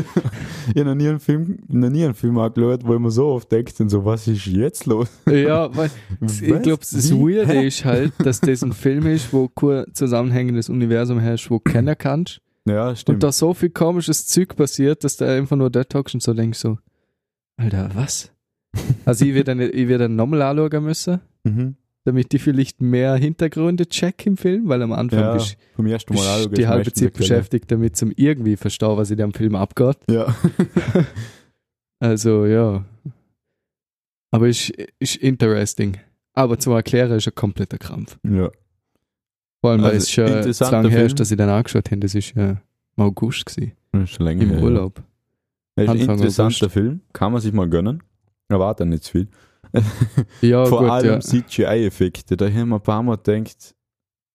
ich habe noch nie einen Film, noch nie einen Film angeschaut, wo ich mir so oft denkt, so, was ist jetzt los? Ja, weil ich Was? glaube, das Wie? Weirde Hä? ist halt, dass das ein Film ist, wo kein zusammenhängendes Universum herrscht, wo keiner kannst. Ja, Und stimmt. da so viel komisches Zeug passiert, dass du einfach nur dort hockst und so denkst so, Alter, was? Also ich werde dann, ich werd dann nochmal anschauen müssen, mhm. damit ich vielleicht mehr Hintergründe check im Film, weil am Anfang Ja, bist vom ersten Mal auch. bist die halbe Zeit beschäftigt damit, zum irgendwie verstehen, was in dem Film abgeht. Ja. Also ja. Aber ist, ist interesting. Aber zum Erklären ist ein kompletter Krampf. ja. Vor allem, weil Also, es schon zu interessanter lange her Film. ist, dass ich dann angeschaut habe. Das ist ja im August gewesen, Das ist schon länger im her, ja. Urlaub. Das ist ein Anfang interessanter August. Film. Kann man sich mal gönnen. Erwartet nicht zu viel. Ja, Vor Ah, gut, allem ja. CGI-Effekte. Da haben wir ein paar Mal gedacht,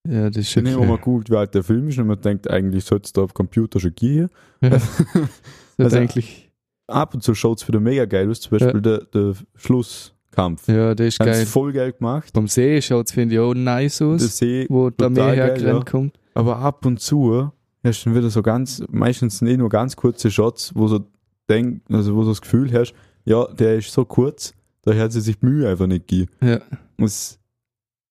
ja, das ist ich schon habe mal gut, wie alt der Film ist und man denkt, eigentlich sollte es da auf Computer schon gehen. Ja. Das Also- ist eigentlich, Ab und zu schaut es wieder mega geil aus, zum Beispiel der, der Schlusskampf. ja, das ist Haben geil. es voll geil gemacht. Vom See schaut es, finde ich, auch nice aus, Der See, wo da mehr total geil, hergerannt ja. kommt. aber ab und zu hast du dann wieder so ganz, meistens eh nur ganz kurze Shots, wo so denk, also wo so das Gefühl hast, ja, der ist so kurz, da hat sie sich die Mühe einfach nicht gegeben. Ja. Und das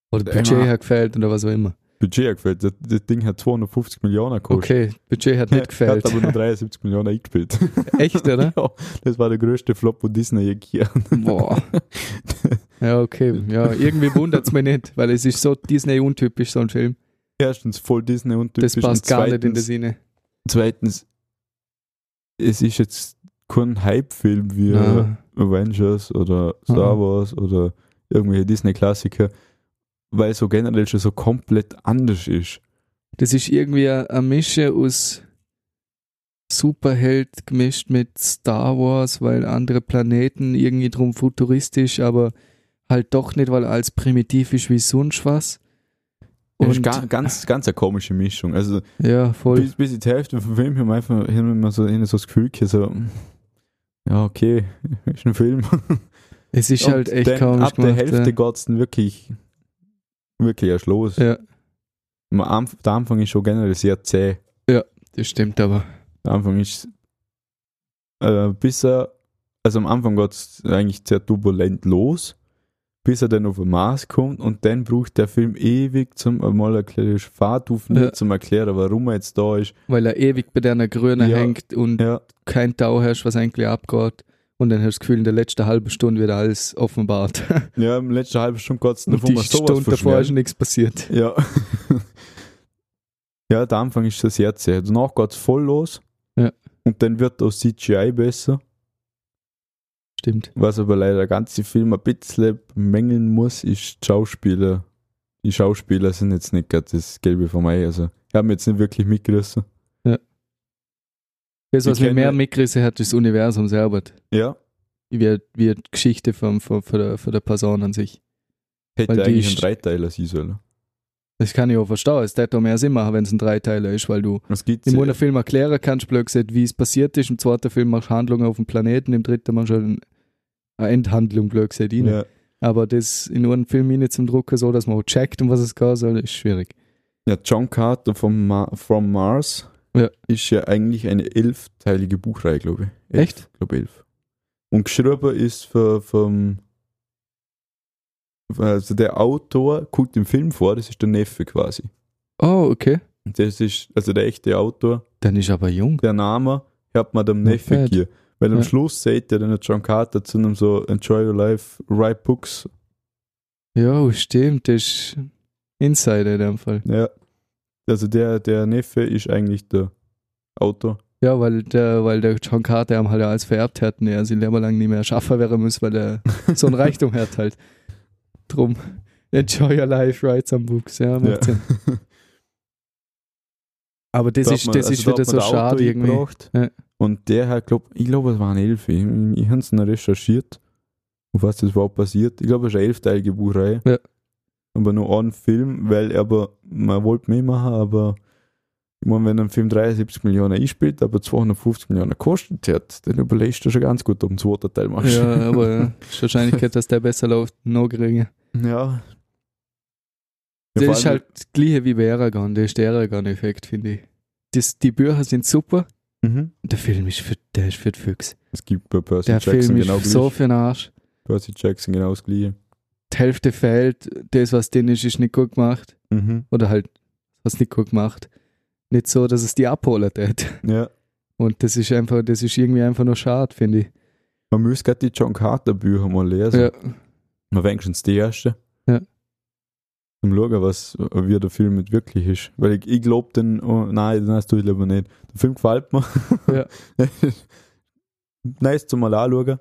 Oder Ja, Budget immer. hat gefällt oder was auch immer. Budget hat gefällt. Das, das Ding hat 250 Millionen gekostet. Okay, Budget hat nicht gefällt. Hat aber nur 73 Millionen eingespielt. Echt, oder? ja, das war der größte Flop, wo Disney je gegeben hat. Boah. Ja, okay. Ja, irgendwie wundert es mich nicht, weil es ist so Disney-untypisch, so ein Film. Erstens voll Disney und Das passt und gar nicht in den zweitens- Sinne. Zweitens, es ist jetzt kein Hype-Film wie äh, Ja. Avengers oder Star Mhm. Wars oder irgendwelche Disney-Klassiker, weil so generell schon so komplett anders ist. Das ist irgendwie eine eine Mische aus Superheld gemischt mit Star Wars, weil andere Planeten irgendwie drum futuristisch, aber halt doch nicht, weil alles primitiv ist wie sonst was. Und das Und ist ga, ganz, ganz eine komische Mischung. Also ja, voll. bis, bis in die Hälfte vom Film haben wir einfach haben wir immer so, immer so das Gefühl, gehabt, so, hm, ja, okay, ist ein Film. Es ist halt Und echt dann kaum Ab der gemacht. Hälfte ja. geht es dann wirklich, wirklich erst los. ja, Am Anf- Der Anfang ist schon generell sehr zäh. das stimmt aber. Am Anfang ist äh, bis er, also am Anfang geht es eigentlich sehr turbulent los, bis er dann auf den Mars kommt und dann braucht der Film ewig zum einmal erklären, Fahrt auf Ja. zum erklären, warum er jetzt da ist. Weil er ewig bei deiner Grüne Ja. hängt und Ja, kein Tau hast, was eigentlich abgeht. Und dann hast du das Gefühl, in der letzten halben Stunde wird alles offenbart. ja im letzten halben Stunde geht es Und davon die mal sowas Stunde davor verschnell. ist nichts passiert. Ja. ja, der Anfang ist schon sehr zäh. Danach geht es voll los. Ja. Und dann wird auch CGI besser, Stimmt. was aber leider der ganze Film ein bisschen bemängeln muss, ist die Schauspieler. Die Schauspieler sind jetzt nicht gerade das Gelbe vom Ei. Also, ich habe mich jetzt nicht wirklich mitgerissen. Das, Ich was mir kenne- mehr mitgerissen hat, ist das Universum selber. Ja. Wie, wie die Geschichte von, von, von, der, von der Person an sich. Hätte Weil die eigentlich ein ist- Dreiteiler sein sollen. Das kann ich auch verstehen. Es hätte auch mehr Sinn machen, wenn es ein Dreiteiler ist, weil du Es gibt im einen Film erklären kannst, blöd gesagt, wie es passiert ist. Im zweiten Film machst du Handlungen auf dem Planeten, im dritten machst du halt eine Endhandlung, blöd gesagt, rein. ja, Aber das in einen Film hinein zum Drucken, so dass man auch checkt, um was es gehen soll, ist schwierig. ja, John Carter vom Ma From Mars Ja. ist ja eigentlich eine elfteilige Buchreihe, glaube ich. Elf, Echt? glaube elf. Und geschrieben ist für, vom also der Autor guckt im Film vor, das ist der Neffe quasi. Oh, okay. Das ist also der echte Autor, Dann ist aber jung. der Name hat man dem Not Neffe bad. hier. Weil am Ja. Schluss seht ihr dann der John Carter zu einem so Enjoy Your Life, Write Books. Ja, stimmt. Das ist Insider in dem Fall. Ja. Also der, der Neffe ist eigentlich der Autor. Ja, weil der, weil der John Carter ihm halt alles vererbt hat und er sein Leben lang nicht mehr Schaffer wäre muss, weil er so ein Reichtum hat halt. Drum. Enjoy your life, write some books. Ja, macht Ja. Sinn. Aber das Da hat ist, man- das also ist da hat wieder man so der Autor schade irgendwie. eingebracht. Ja. Und der hat, glaub, ich glaube, es waren elf. Ich, ich, ich habe es noch recherchiert, auf was das überhaupt passiert. Ich glaube, es ist eine elfteilige Buchreihe. Ja. Aber nur einen Film, weil aber man wollte mehr machen, aber ich meine, wenn ein Film 73 Millionen einspielt, aber 250 Millionen gekostet hat, dann überlegst du schon ganz gut, ob du einen zweiten Teil machst. Ja, aber ja, ist die Wahrscheinlichkeit, dass der besser läuft, noch geringer. ja. Das vor ist allem- halt das gleiche wie bei Eragon, der ist der Eragon-Effekt, finde ich. Das, die Bücher sind super, Mhm. der Film ist für, der ist für die Füchse. Es gibt bei Percy Der Jackson Film ist genau gleich. so für den Arsch. Percy Jackson genau das gleiche. Die Hälfte fehlt, das, was drin ist, ist nicht gut gemacht. Mhm. Oder halt, was nicht gut gemacht. Nicht so, dass es die abholen tät. Ja. Und das ist einfach, das ist irgendwie einfach nur schade, finde ich. Man müsste gerade die John Carter Bücher mal lesen. Ja. Man wenigstens die erste. Ja. Zum Schauen, was, wie der Film mit wirklich ist. Weil ich, ich glaube den, oh, nein, das tue ich lieber nicht. Der Film gefällt mir. Ja. nice zum mal anschauen.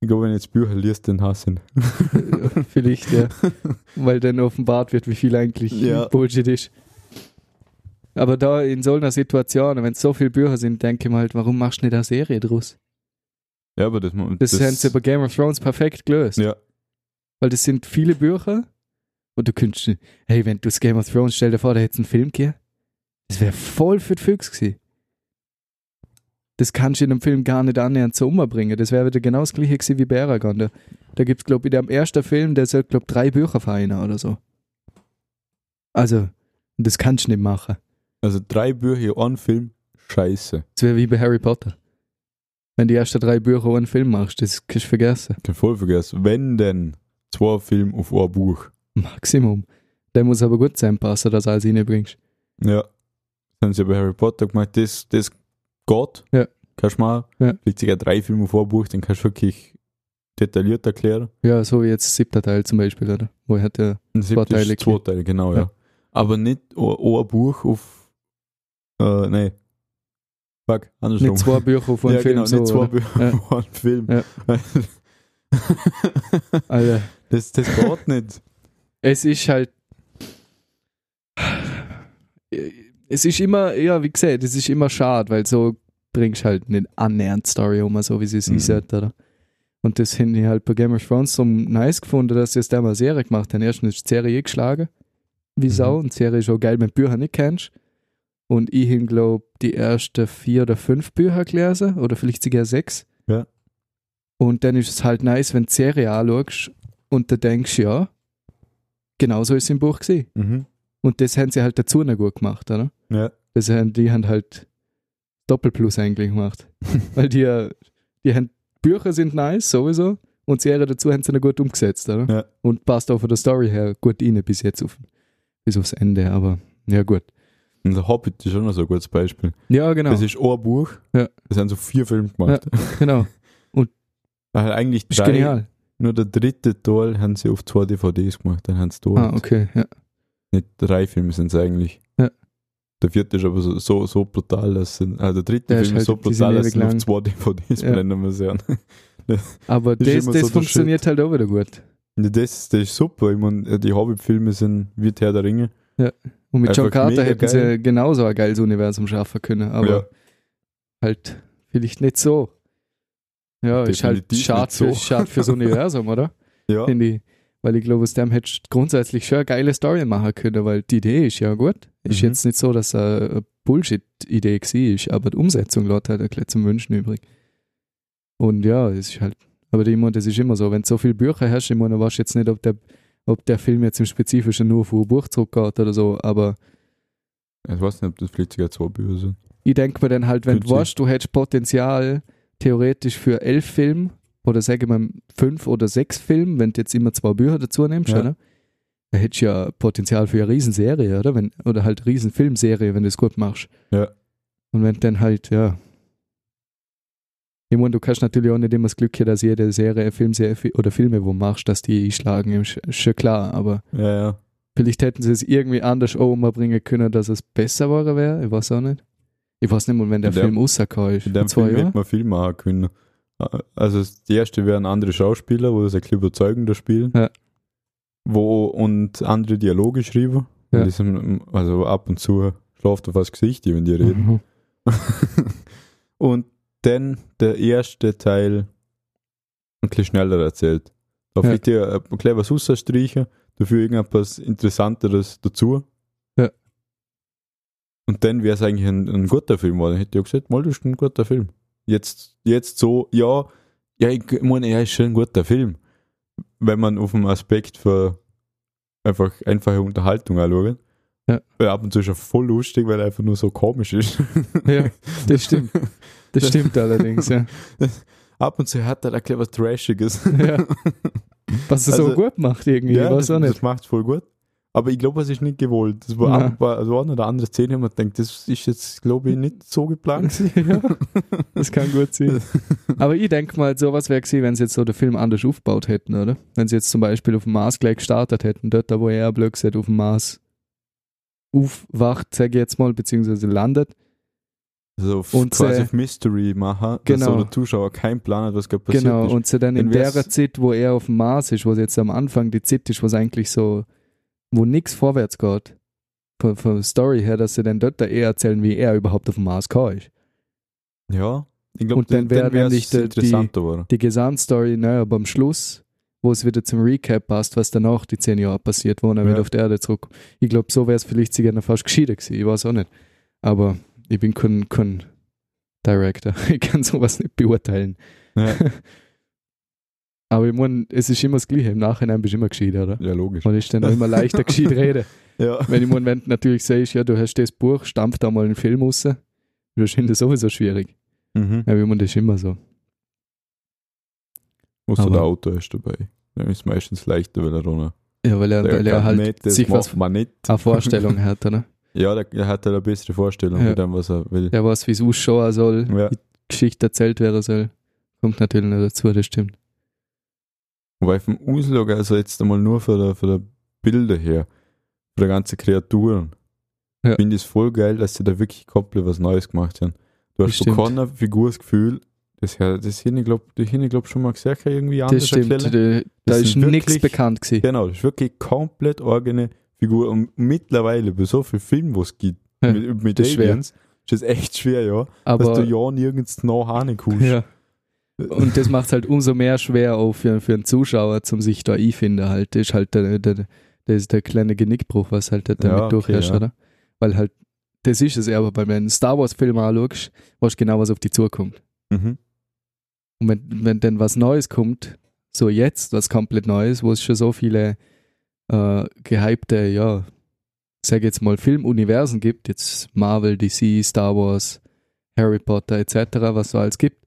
Ich glaube, wenn ich jetzt Bücher liest, dann hasse ich ihn. Vielleicht, ja. Weil dann offenbart wird, wie viel eigentlich Ja. Bullshit ist. Aber da in so einer Situation, wenn so viele Bücher sind, denke ich mir halt, warum machst du nicht eine Serie draus? Ja, aber das, Das, haben sie bei Game of Thrones perfekt gelöst. Ja. Weil das sind viele Bücher und du könntest, hey, wenn du das Game of Thrones stell dir vor, da hätte es einen Film gegeben. Das wäre voll für die Füchse gewesen. Das kannst du in einem Film gar nicht annähernd zur Oma bringen. Das wäre wieder genau das gleiche gewesen wie bei Aragon. Da, da gibt es, glaube ich, in dem ersten Film, der soll, glaube ich, drei Bücher vereinen oder so. Also, das kannst du nicht machen. also drei Bücher, ein Film, scheiße. Das wäre wie bei Harry Potter. Wenn die ersten drei Bücher einen Film machst, das kannst du vergessen. Den voll vergessen. Wenn denn zwei Filme auf ein Buch. Maximum. Der muss aber gut zusammenpassen, dass du alles reinbringst. Ja. Das haben sie bei Harry Potter gemacht, das, das geht. Ja. Kannst du mal, Ja. liegt sogar drei Filme auf ein Buch, den kannst du wirklich detailliert erklären. Ja, so wie jetzt siebter Teil zum Beispiel, oder? Wo er hat ja, Ein siebtes Zweiteilig. ist zwei Teile, genau, ja. Ja. Aber nicht o- ein Buch auf, äh, nee. Fuck, andersrum. nicht zwei Bücher von ja, einem Film genau, so, nicht zwei oder? Bücher Ja. auf einen Film. Ja. Alter, das, das geht nicht. Ah, es ist halt es ist immer, ja, wie gesagt, es ist immer schade, weil so bringst du halt eine annähernd Story um, so wie sie es Mhm. mhm. sollte, oder? Und das finde ich halt bei Game of Thrones so nice gefunden, dass sie es da mal Serie gemacht haben. Erstens ist die Serie eh geschlagen, wie Sau, Mhm. und die Serie ist auch geil, wenn du Bücher nicht kennst. Und ich habe, glaube die ersten vier oder fünf Bücher gelesen, oder vielleicht sogar sechs. Ja. Und dann ist es halt nice, wenn du die Serie anschaust und dann denkst, ja, genau so ist es im Buch gesehen. Mhm. Und das haben sie halt dazu noch gut gemacht, oder? Ja. Das haben, die haben halt Doppelplus eigentlich gemacht. Weil die, äh, die haben, Bücher sind nice, sowieso. Und Serien dazu haben sie noch gut umgesetzt, oder? Ja. Und passt auch von der Story her gut rein bis jetzt auf, bis aufs Ende, aber ja gut. Und der Hobbit ist schon noch so ein gutes Beispiel. Ja, genau, Das ist ein Buch, Ja. das haben so vier Filme gemacht. genau. Weil eigentlich Ist drei, genial. nur der dritte Teil haben sie auf zwei DVDs gemacht, dann haben sie dort. Ah, okay, ja. Nicht drei Filme sind es eigentlich. Ja. Der vierte ist aber so, so, so brutal, dass sie, also der dritte Der ist Film ist halt- so die sind brutal, dass sie ewig auf lang. zwei DVDs Ja. blenden müssen. Aber Ist das, immer das so der funktioniert halt auch wieder gut. Ne, Das, das ist super. Ich meine, die Hobbit-Filme sind wie der Herr der Ringe. Und mit John Einfach Carter mega hätten geil. sie genauso ein geiles Universum schaffen können, aber Ja. halt vielleicht nicht so. Ja, ist halt Definitiv schade nicht so. für, schade fürs Universum, oder? Ja, Finde ich. Weil ich glaube, aus dem hättest du grundsätzlich schon eine geile Story machen können, weil die Idee ist ja gut. Ist Mhm. jetzt nicht so, dass äh, eine Bullshit-Idee war, aber die Umsetzung lässt halt ein bisschen zum Wünschen übrig. Und ja, es ist halt, aber ich meine, das ist immer so, wenn du so viele Bücher hast, ich meine, du weißt jetzt nicht, ob der, ob der Film jetzt im Spezifischen nur auf ein Buch zurückgeht oder so, aber ich weiß nicht, ob das vielleicht sogar zwei Bücher sind. ich denke mir dann halt, wenn du Günstig. weißt, du hättest Potenzial theoretisch für elf Filme oder sagen wir mal fünf oder sechs Filme, wenn du jetzt immer zwei Bücher dazu nimmst, Ja. oder? Dann hättest du ja Potenzial für eine Riesenserie, oder? Wenn, oder halt Riesenfilmserie, wenn du es gut machst. Ja. Und wenn dann halt, ja. Ich meine, du kannst natürlich auch nicht immer das Glück haben, dass jede Serie, Filmserie oder Filme, wo du machst, dass die einschlagen, ist schon klar, aber Ja, ja. Vielleicht hätten sie es irgendwie anders auch umbringen können, dass es besser wäre, wäre. Ich weiß auch nicht. Ich weiß nicht mal, wenn der In dem- Film rausgekommen ist. In Vor dem zwei Film hätte Jahren. man viel machen können. Also das erste wären andere Schauspieler, wo das ein bisschen überzeugender spielen. Ja. Wo und andere Dialoge schreiben. Ja. Die sind, also ab und zu schlaft auf das Gesicht, wenn die reden. Mhm. und dann der erste Teil ein bisschen schneller erzählt. Da Ja. fehlt dir ein bisschen was rausstreichen, dafür irgendetwas Interessanteres dazu. Ja. Und dann wäre es eigentlich ein, ein guter Film, weil dann hätte ich auch gesagt, mal, das ist ein guter Film. Jetzt, jetzt so, ja, ja, ich meine, ja, ist schon ein guter Film. Wenn man auf den Aspekt für einfach einfache Unterhaltung anschaut. Ja. Weil ab und zu ist er voll lustig, weil er einfach nur so komisch ist. Ja, das stimmt. Das stimmt allerdings, ja. Ab und zu hat er erklärt was Trashiges. ja. Was es Also- so gut macht irgendwie. ich weiß das, auch nicht. das macht's voll gut. Aber ich glaube, es ist nicht gewollt. Das war, Ja. war also eine oder andere Szene, wo man denkt, das ist jetzt, glaube ich, nicht so geplant. ja, das kann gut sein. Aber ich denke mal, sowas wäre gewesen, wenn sie jetzt so den Film anders aufgebaut hätten, oder? Wenn sie jetzt zum Beispiel auf dem Mars gleich gestartet hätten, dort, da wo er blöd gesagt, auf dem Mars aufwacht, sage ich jetzt mal, beziehungsweise landet. Also auf- Und, quasi äh, auf Mystery machen, dass genau. so der Zuschauer keinen Plan hat, was gerade passiert genau, ist. und sie dann in Dann wär's- der Zeit, wo er auf dem Mars ist, was jetzt am Anfang die Zeit ist, was eigentlich so, wo nichts vorwärts geht, von, von der Story her, dass sie dann dort da eher erzählen, wie er überhaupt auf dem Mars gekommen ist. ja, ich glaube, Und dann wär nämlich der- die- interessanter geworden. Die Gesamtstory, naja, aber am Schluss, wo es wieder zum Recap passt, was danach die zehn Jahre passiert, wo er Ja. wieder auf die Erde zurück. Ich glaube, so wäre es vielleicht sogar noch fast geschieden gewesen, ich weiß auch nicht. Aber ich bin kein, kein Director, ich kann sowas nicht beurteilen. Ja, Aber ich meine, es ist immer das Gleiche. Im Nachhinein bist du immer gescheit, oder? ja, logisch. Man ist dann auch immer leichter gescheit reden. Ja. Wenn ich meine, wenn du natürlich sagst, ja, du hast das Buch, stampf da mal einen Film raus, ist wahrscheinlich sowieso schwierig. Mhm. Ja, wie man das ist immer so. Außer aber- der Auto ist dabei. Dann ist es meistens leichter, weil er runter. Ja, weil er, weil er halt nicht, das sich macht was- man nicht. eine Vorstellung hat, oder? Ja, der, der hat halt eine bessere Vorstellung Ja. von dem, was er will. Der weiß, wie es ausschauen soll, Ja. wie die Geschichte erzählt werden soll. Kommt natürlich noch dazu, das stimmt. Wobei vom Auslog, also jetzt einmal nur von der, von der Bilder her, von der ganzen Kreaturen, Ja. finde ich es voll geil, dass sie da wirklich komplett was Neues gemacht haben. Du hast von stimmt. keiner Figur das Gefühl, das, her- das hin, ich glaube, das hin, ich glaub, schon mal gesehen, kann irgendwie an Das stimmt, Stelle. da, da Das ist sind wirklich- nichts bekannt gewesen. Genau, das ist wirklich komplett eigene Figur. Und mittlerweile, bei so vielen Filmen, wo es gibt, Ja, mit, mit das ist schwer. Aliens, ist das echt schwer, ja. dass du Aber, ja nirgends noch hinkommst. ja. Und das macht es halt umso mehr schwer auch für, für einen Zuschauer, zum sich da einfinden halt. Das ist halt der, der, der, ist der kleine Genickbruch, was halt da damit Ja, okay, durchhörst, ja. oder? Weil halt, das ist es ja, aber wenn du einen Star Wars-Film anschaust, weißt du genau, was auf dich zukommt. Mhm. Und wenn, wenn dann was Neues kommt, so jetzt, was komplett Neues, wo es schon so viele äh, gehypte, ja, sag jetzt mal, Filmuniversen gibt, jetzt Marvel, DC, Star Wars, Harry Potter etc., was so alles gibt,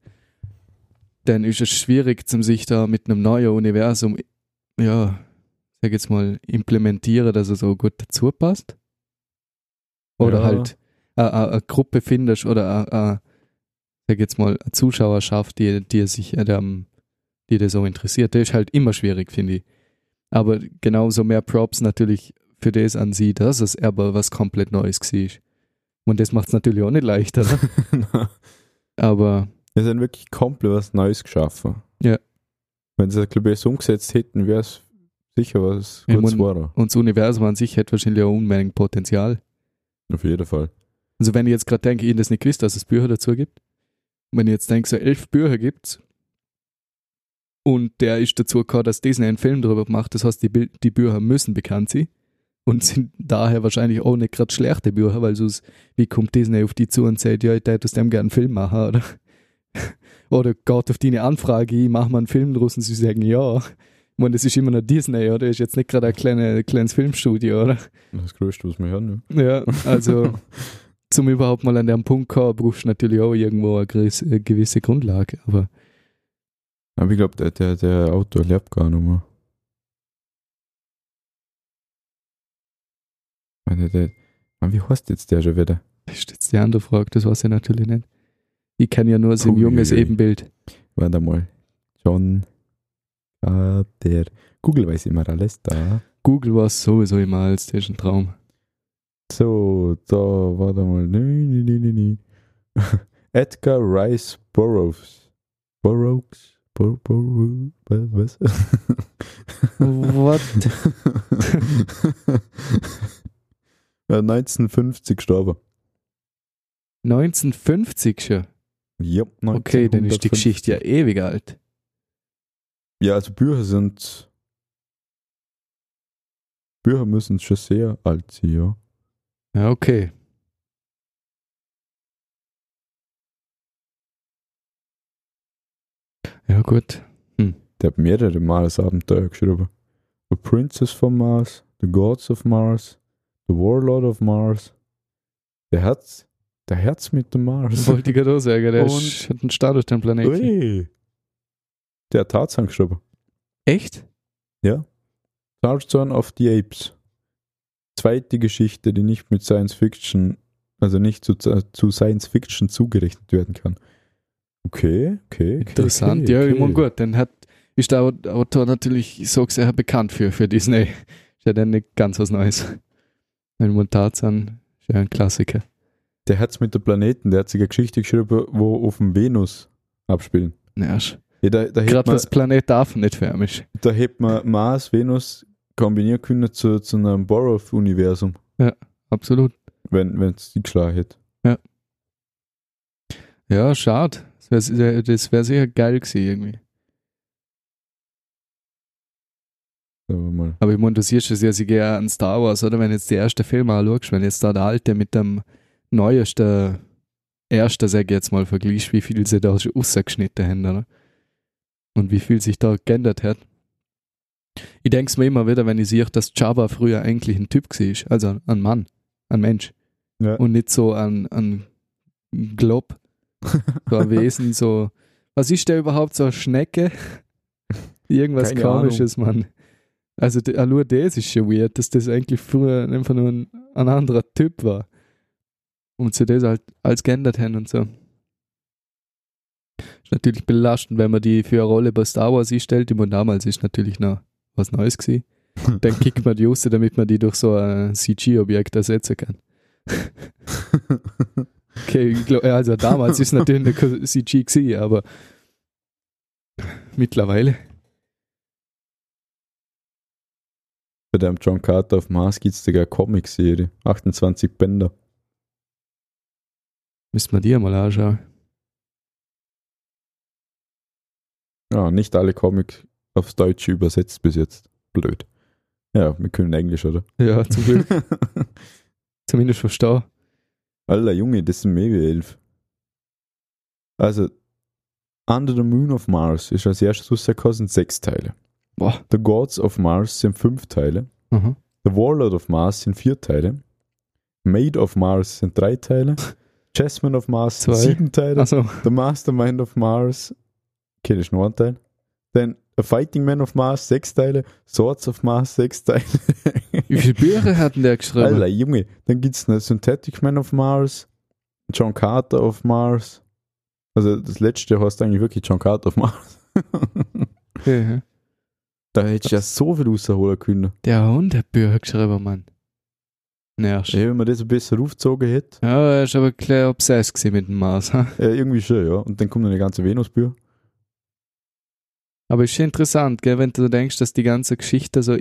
dann ist es schwierig, zum sich da mit einem neuen Universum, ja, sag jetzt mal, implementieren, dass er so gut dazu passt. Oder Ja. halt eine Gruppe findest oder a- a- sag jetzt mal, eine Zuschauerschaft, die, die sich äh, dem, die das so interessiert, das ist halt immer schwierig, finde ich. Aber genauso mehr Props natürlich für das an sie, dass es aber was komplett Neues war. Und das macht es natürlich auch nicht leichter. ne? aber Wir sind wirklich komplett was Neues geschaffen. Ja. Wenn sie das, glaube ich, so umgesetzt hätten, wäre es sicher was Ich Gutes mein- geworden. Und das Universum an sich hätte wahrscheinlich auch Unmengen Potenzial. Auf jeden Fall. Also wenn ich jetzt gerade denke, ich hätte das nicht gewusst, dass es Bücher dazu gibt. Wenn ich jetzt denke, so elf Bücher gibt's und der ist dazu gekommen, dass Disney einen Film darüber macht, das heißt, die, Bil- die Bücher müssen bekannt sein und sind daher wahrscheinlich auch nicht gerade schlechte Bücher, weil sonst, wie kommt Disney auf die zu und sagt, ja, ich hätte aus dem gerne einen Film machen, oder? oder geht auf deine Anfrage, ich mache mal einen Film draus und sie sagen, ja. Ich meine, das ist immer noch Disney, oder? Ist jetzt nicht gerade ein kleine, kleines Filmstudio, oder? Das Größte, was wir hören. Ja, also zum überhaupt mal an dem Punkt kommen, brauchst du natürlich auch irgendwo eine gewisse- eine gewisse Grundlage. Aber Ja. Aber ich glaube, der, der, der Autor lebt gar nicht mehr. Ich meine, Ah, der, Mann, wie heißt jetzt der schon wieder? das ist jetzt die andere Frage, das weiß ich natürlich nicht. Ich kenne ja nur sein Puh, junges ui, ui. Ebenbild. Warte mal. John Carter. Google weiß immer alles da. Google war es sowieso immer als das ist ein Traum. So, da, warte mal. Nee, nee, nee, nee, nee. Edgar Rice Burroughs. Burroughs? Bur Burrow- was? What? Ja, 1950 gestorben. 1950 schon. Ja, Okay, dann ist die 1950. Geschichte ja ewig alt. Ja, also Bücher sind. Bücher müssen schon sehr alt sein, ja. Ja, okay. Ja, gut. Der hat mehrere Mars-Abenteuer geschrieben. The Princess von Mars, The Gods of Mars, The Warlord of Mars. Der Herz, der Herz mit dem Mars. Wollte ich gerade auch sagen, der Und- ist, hat einen Status, den Planeten. Ui. Der hat Tarzan geschrieben. Echt? Tarzan of the Apes. zweite Geschichte, die nicht mit Science Fiction, also nicht zu, zu Science Fiction zugerechnet werden kann. Okay, okay. okay Interessant, okay, ja, okay. ich meine, gut, dann hat, ist der Autor natürlich so sehr bekannt für, für Disney. Ist ja dann nicht ganz was Neues. Ein Montarzan ist ja ein Klassiker. Der hat's mit der Planeten, der hat sich eine Geschichte geschrieben, wo auf dem Venus abspielen. Nervsch. Ja, da, da, hätte Gerade man, was Planet darf nicht förmisch. da hätte man Mars, Venus kombinieren können zu, zu einem Borov-Universum, Absolut. wenn es die geschlagen hätte. Ja, schade. Das wäre das wär sicher geil gewesen irgendwie. Sagen wir mal. Aber ich meine, du siehst es ja sicher an Star Wars, oder? Wenn jetzt die ersten Filme anschaust, wenn jetzt da der alte mit dem neuesten, ersten, sag ich jetzt mal, vergleichst, wie viel sie da schon rausgeschnitten haben, oder? Und wie viel sich da geändert hat. Ich denke es mir immer wieder, wenn ich sehe, dass Java früher eigentlich ein Typ war, also ein Mann, ein Mensch. Ja. Und nicht so ein, ein Glob, so ein Wesen, so. Was ist der überhaupt, so eine Schnecke? Irgendwas Keine komisches, Mann. Also, d- nur das ist schon weird, dass das eigentlich früher einfach nur ein, ein anderer Typ war. Und sie das halt als geändert haben und so. Ist natürlich belastend, wenn man die für eine Rolle bei Star Wars einstellt. Ich meine, damals ist natürlich noch was Neues gewesen. Dann kickt man die raus, damit man die durch so ein CG-Objekt ersetzen kann. Okay, ich glaub, also damals ist natürlich eine Ko- CG gewesen, aber mittlerweile. Bei dem John Carter auf Mars gibt's sogar eine Comic-Serie. 28 Bänder. Müssen wir die ja mal anschauen. Ja, nicht alle Comics aufs Deutsche übersetzt bis jetzt. Blöd. Ja, wir können Englisch, oder? Ja, zum Glück. Zumindest verstehe. Alter Junge, das sind mehr wie elf. Also, Under the Moon of Mars ist als erstes rausgekommen, sind sechs Teile. Boah. The Gods of Mars sind fünf Teile. Aha. The Warlord of Mars sind vier Teile. Maid of Mars sind drei Teile. Jasmine of Mars sind Zwei. sieben Teile. Also, The Mastermind of Mars, kenne ich nur einen Teil. Dann A Fighting Man of Mars, sechs Teile. Swords of Mars, sechs Teile. wie viele Bücher hat denn der geschrieben? Alter, Junge. Dann gibt es eine Synthetic Man of Mars, John Carter of Mars. Also das letzte heißt eigentlich wirklich John Carter of Mars. Ja, ja. da hätte ich ja so viel rausholen können. Der Hund hat Bücher geschrieben, Mann. Nervsch. Ey, wenn man das ein bisschen aufgezogen hätte, Ja, er ist aber klar obsessed gewesen mit dem Mars. ha? äh, irgendwie schon, ja. Und dann kommt noch eine ganze Venusbühr. Aber ist schon interessant, gell, wenn du denkst, dass die ganze Geschichte so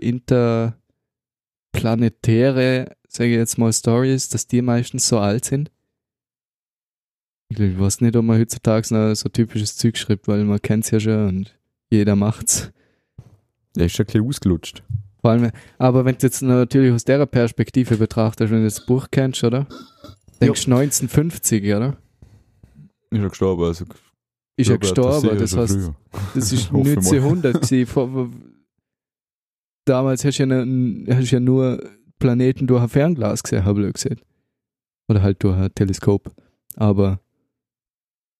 interplanetäre, sage ich jetzt mal, Stories, dass die meistens so alt sind. Ich, glaub, ich weiß nicht, ob man heutzutage noch so typisches Zeug schreibt, weil man kennt's ja schon und jeder macht's. Der ist schon ein bisschen ausgelutscht. Vor allem, aber wenn du jetzt natürlich aus der Perspektive betrachtest, wenn du das Buch kennst, oder? Denkst 1950, oder? Ist ja gestorben, also. Ist ja gestorben, das heißt, Das ist Hoffe mal. 1900 gewesen. Vor- vor- Damals hast du ja, ne- hast du ja nur Planeten durch ein Fernglas gesehen, habe ich gesagt. Oder halt durch ein Teleskop. Aber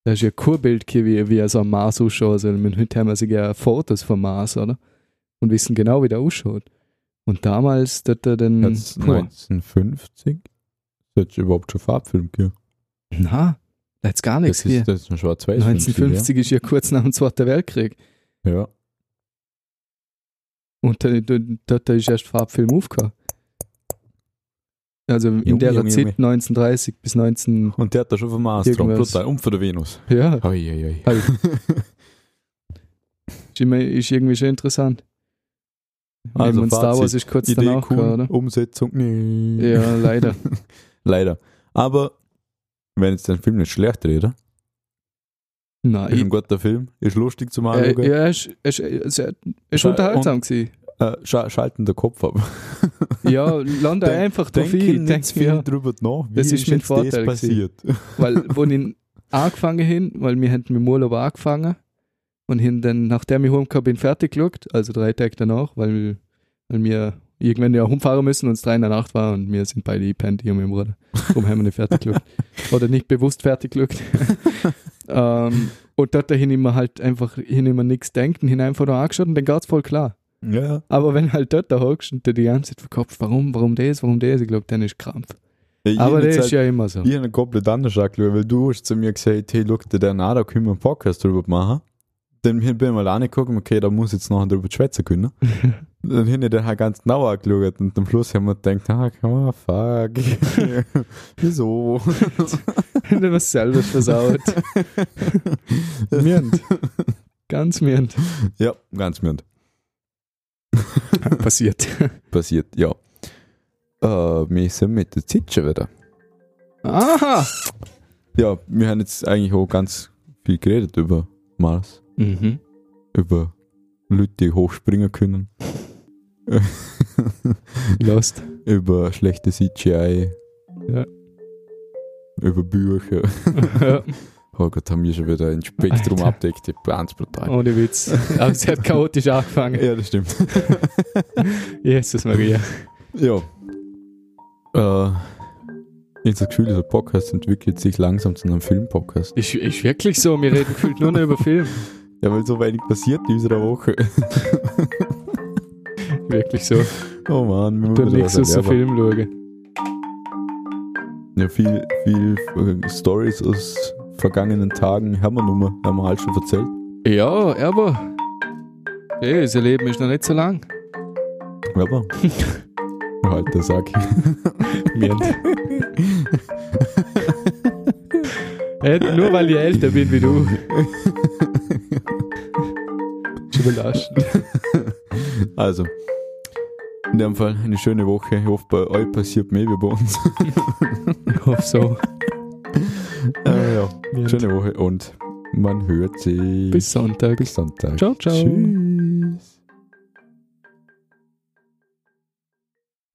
da ist ja kein Bild gehabt, wie, wie er so am Mars ausschaut. Also, mit heute haben wir sogar Fotos vom Mars, oder? Und wissen genau, wie der ausschaut. Und damals, da da dann. Jetzt hm, Puh. 1950? Das hat überhaupt schon Farbfilm gegeben. Na, da hat's gar nichts Das ist, gegeben. das ist ein schwarz-weiß 1950 ist ja kurz nach dem Zweiten Weltkrieg. Ja. ja. Und da, da, da, da ist erst Farbfilm aufgekommen. Also in Junge, der Junge, Zeit Junge. 1930 bis 19. Und der hat da schon vom Mars dran. Irgendwas. Brutal. Und von der Venus. Ja, Eieiei. Halt. ist, immer, ist irgendwie schon interessant. Also und Star Fazit. Wars ist kurz Idee danach, cool, gekommen, oder? Umsetzung nee. Ja, leider. Leider. Aber wenn jetzt der Film nicht schlecht redet, oder? ist ein Nein. guter Film, ist lustig zum Äh, Anschauen, ja, es ist, ist, ist, ist Ja, unterhaltsam gewesen. äh, scha schalten der Kopf ab. Ja, lande Denk- einfach drauf Denken ein. nicht Denk, viel ja, drüber nach, wie Das ist, ist mein jetzt das Vorteil passiert. weil, wo ich angefangen hin, weil wir hätten mit dem Urlaub angefangen und hin dann, nachdem ich heimgekommen bin, fertig geschaut, also drei Tage danach, weil, wir- weil wir irgendwann ja rumfahren müssen und es drei in der Nacht war und wir sind beide gepennt, ich und mein Bruder. Darum haben wir nicht fertig geschaut. Oder nicht bewusst fertig geschaut. ähm, und dort dahin immer halt einfach hin immer nichts denkt und hin einfach nur angeschaut und dann geht's voll klar. Ja, Aber wenn halt dort da hockst und dir die ganze Zeit verkopft, warum, warum das, warum das, ich glaube, dann ist Krampf. ja. Aber Jene das ist Zeit- ja immer so. Ich habe komplett anders angeschaut, weil du hast zu mir gesagt, hey, schau dir den an, da können wir einen Podcast drüber machen. Dann bin ich mal angeguckt, okay, da muss ich jetzt nachher drüber schwätzen können. dann habe ich den halt ganz genau angeschaut und am Schluss haben wir gedacht, ah, oh, fuck, wieso? Wenn du was selber versaut. Mirnd. Ganz mirnd. ja, ganz mirnd. Passiert. Passiert, ja. Äh, wir sind mit der Zeit schon wieder. Aha! Ja, wir haben jetzt eigentlich auch ganz viel geredet über Mars, Mhm. über Leute, die hochspringen können. Lost. über schlechte CGI, Ja. über Bücher. Oh Gott, haben wir schon wieder ein Spektrum Alter. abdeckt, ganz brutal. Ohne Witz. Aber sie hat chaotisch angefangen. Ja, das stimmt. Jesus Maria. ja. Äh, ich habe das Gefühl, dieser Podcast entwickelt sich langsam zu einem Film-Podcast. Ist, ist wirklich so, wir reden gefühlt nur noch über Film. Ja, weil so wenig passiert in unserer Woche. Wirklich so. Oh Mann, wir Du wieder nichts was aus dem erlernen. Film schauen. Ja, viel, viel äh, Stories aus vergangenen Tagen haben wir nur, mal- haben wir halt schon erzählt. Ja, aber. Hey, unser Leben ist noch nicht so lang. Aber. halt, der Sack. Mirnd. Äh, nur weil ich älter bin wie du. Ist überraschend. Also, in dem Fall eine schöne Woche. Ich hoffe, bei euch passiert mehr wie bei uns. Ich hoffe so. Äh, ja. Mirnd. Schöne Woche und man hört sich Bis Sonntag. bis Sonntag. Ciao, ciao. Tschüss.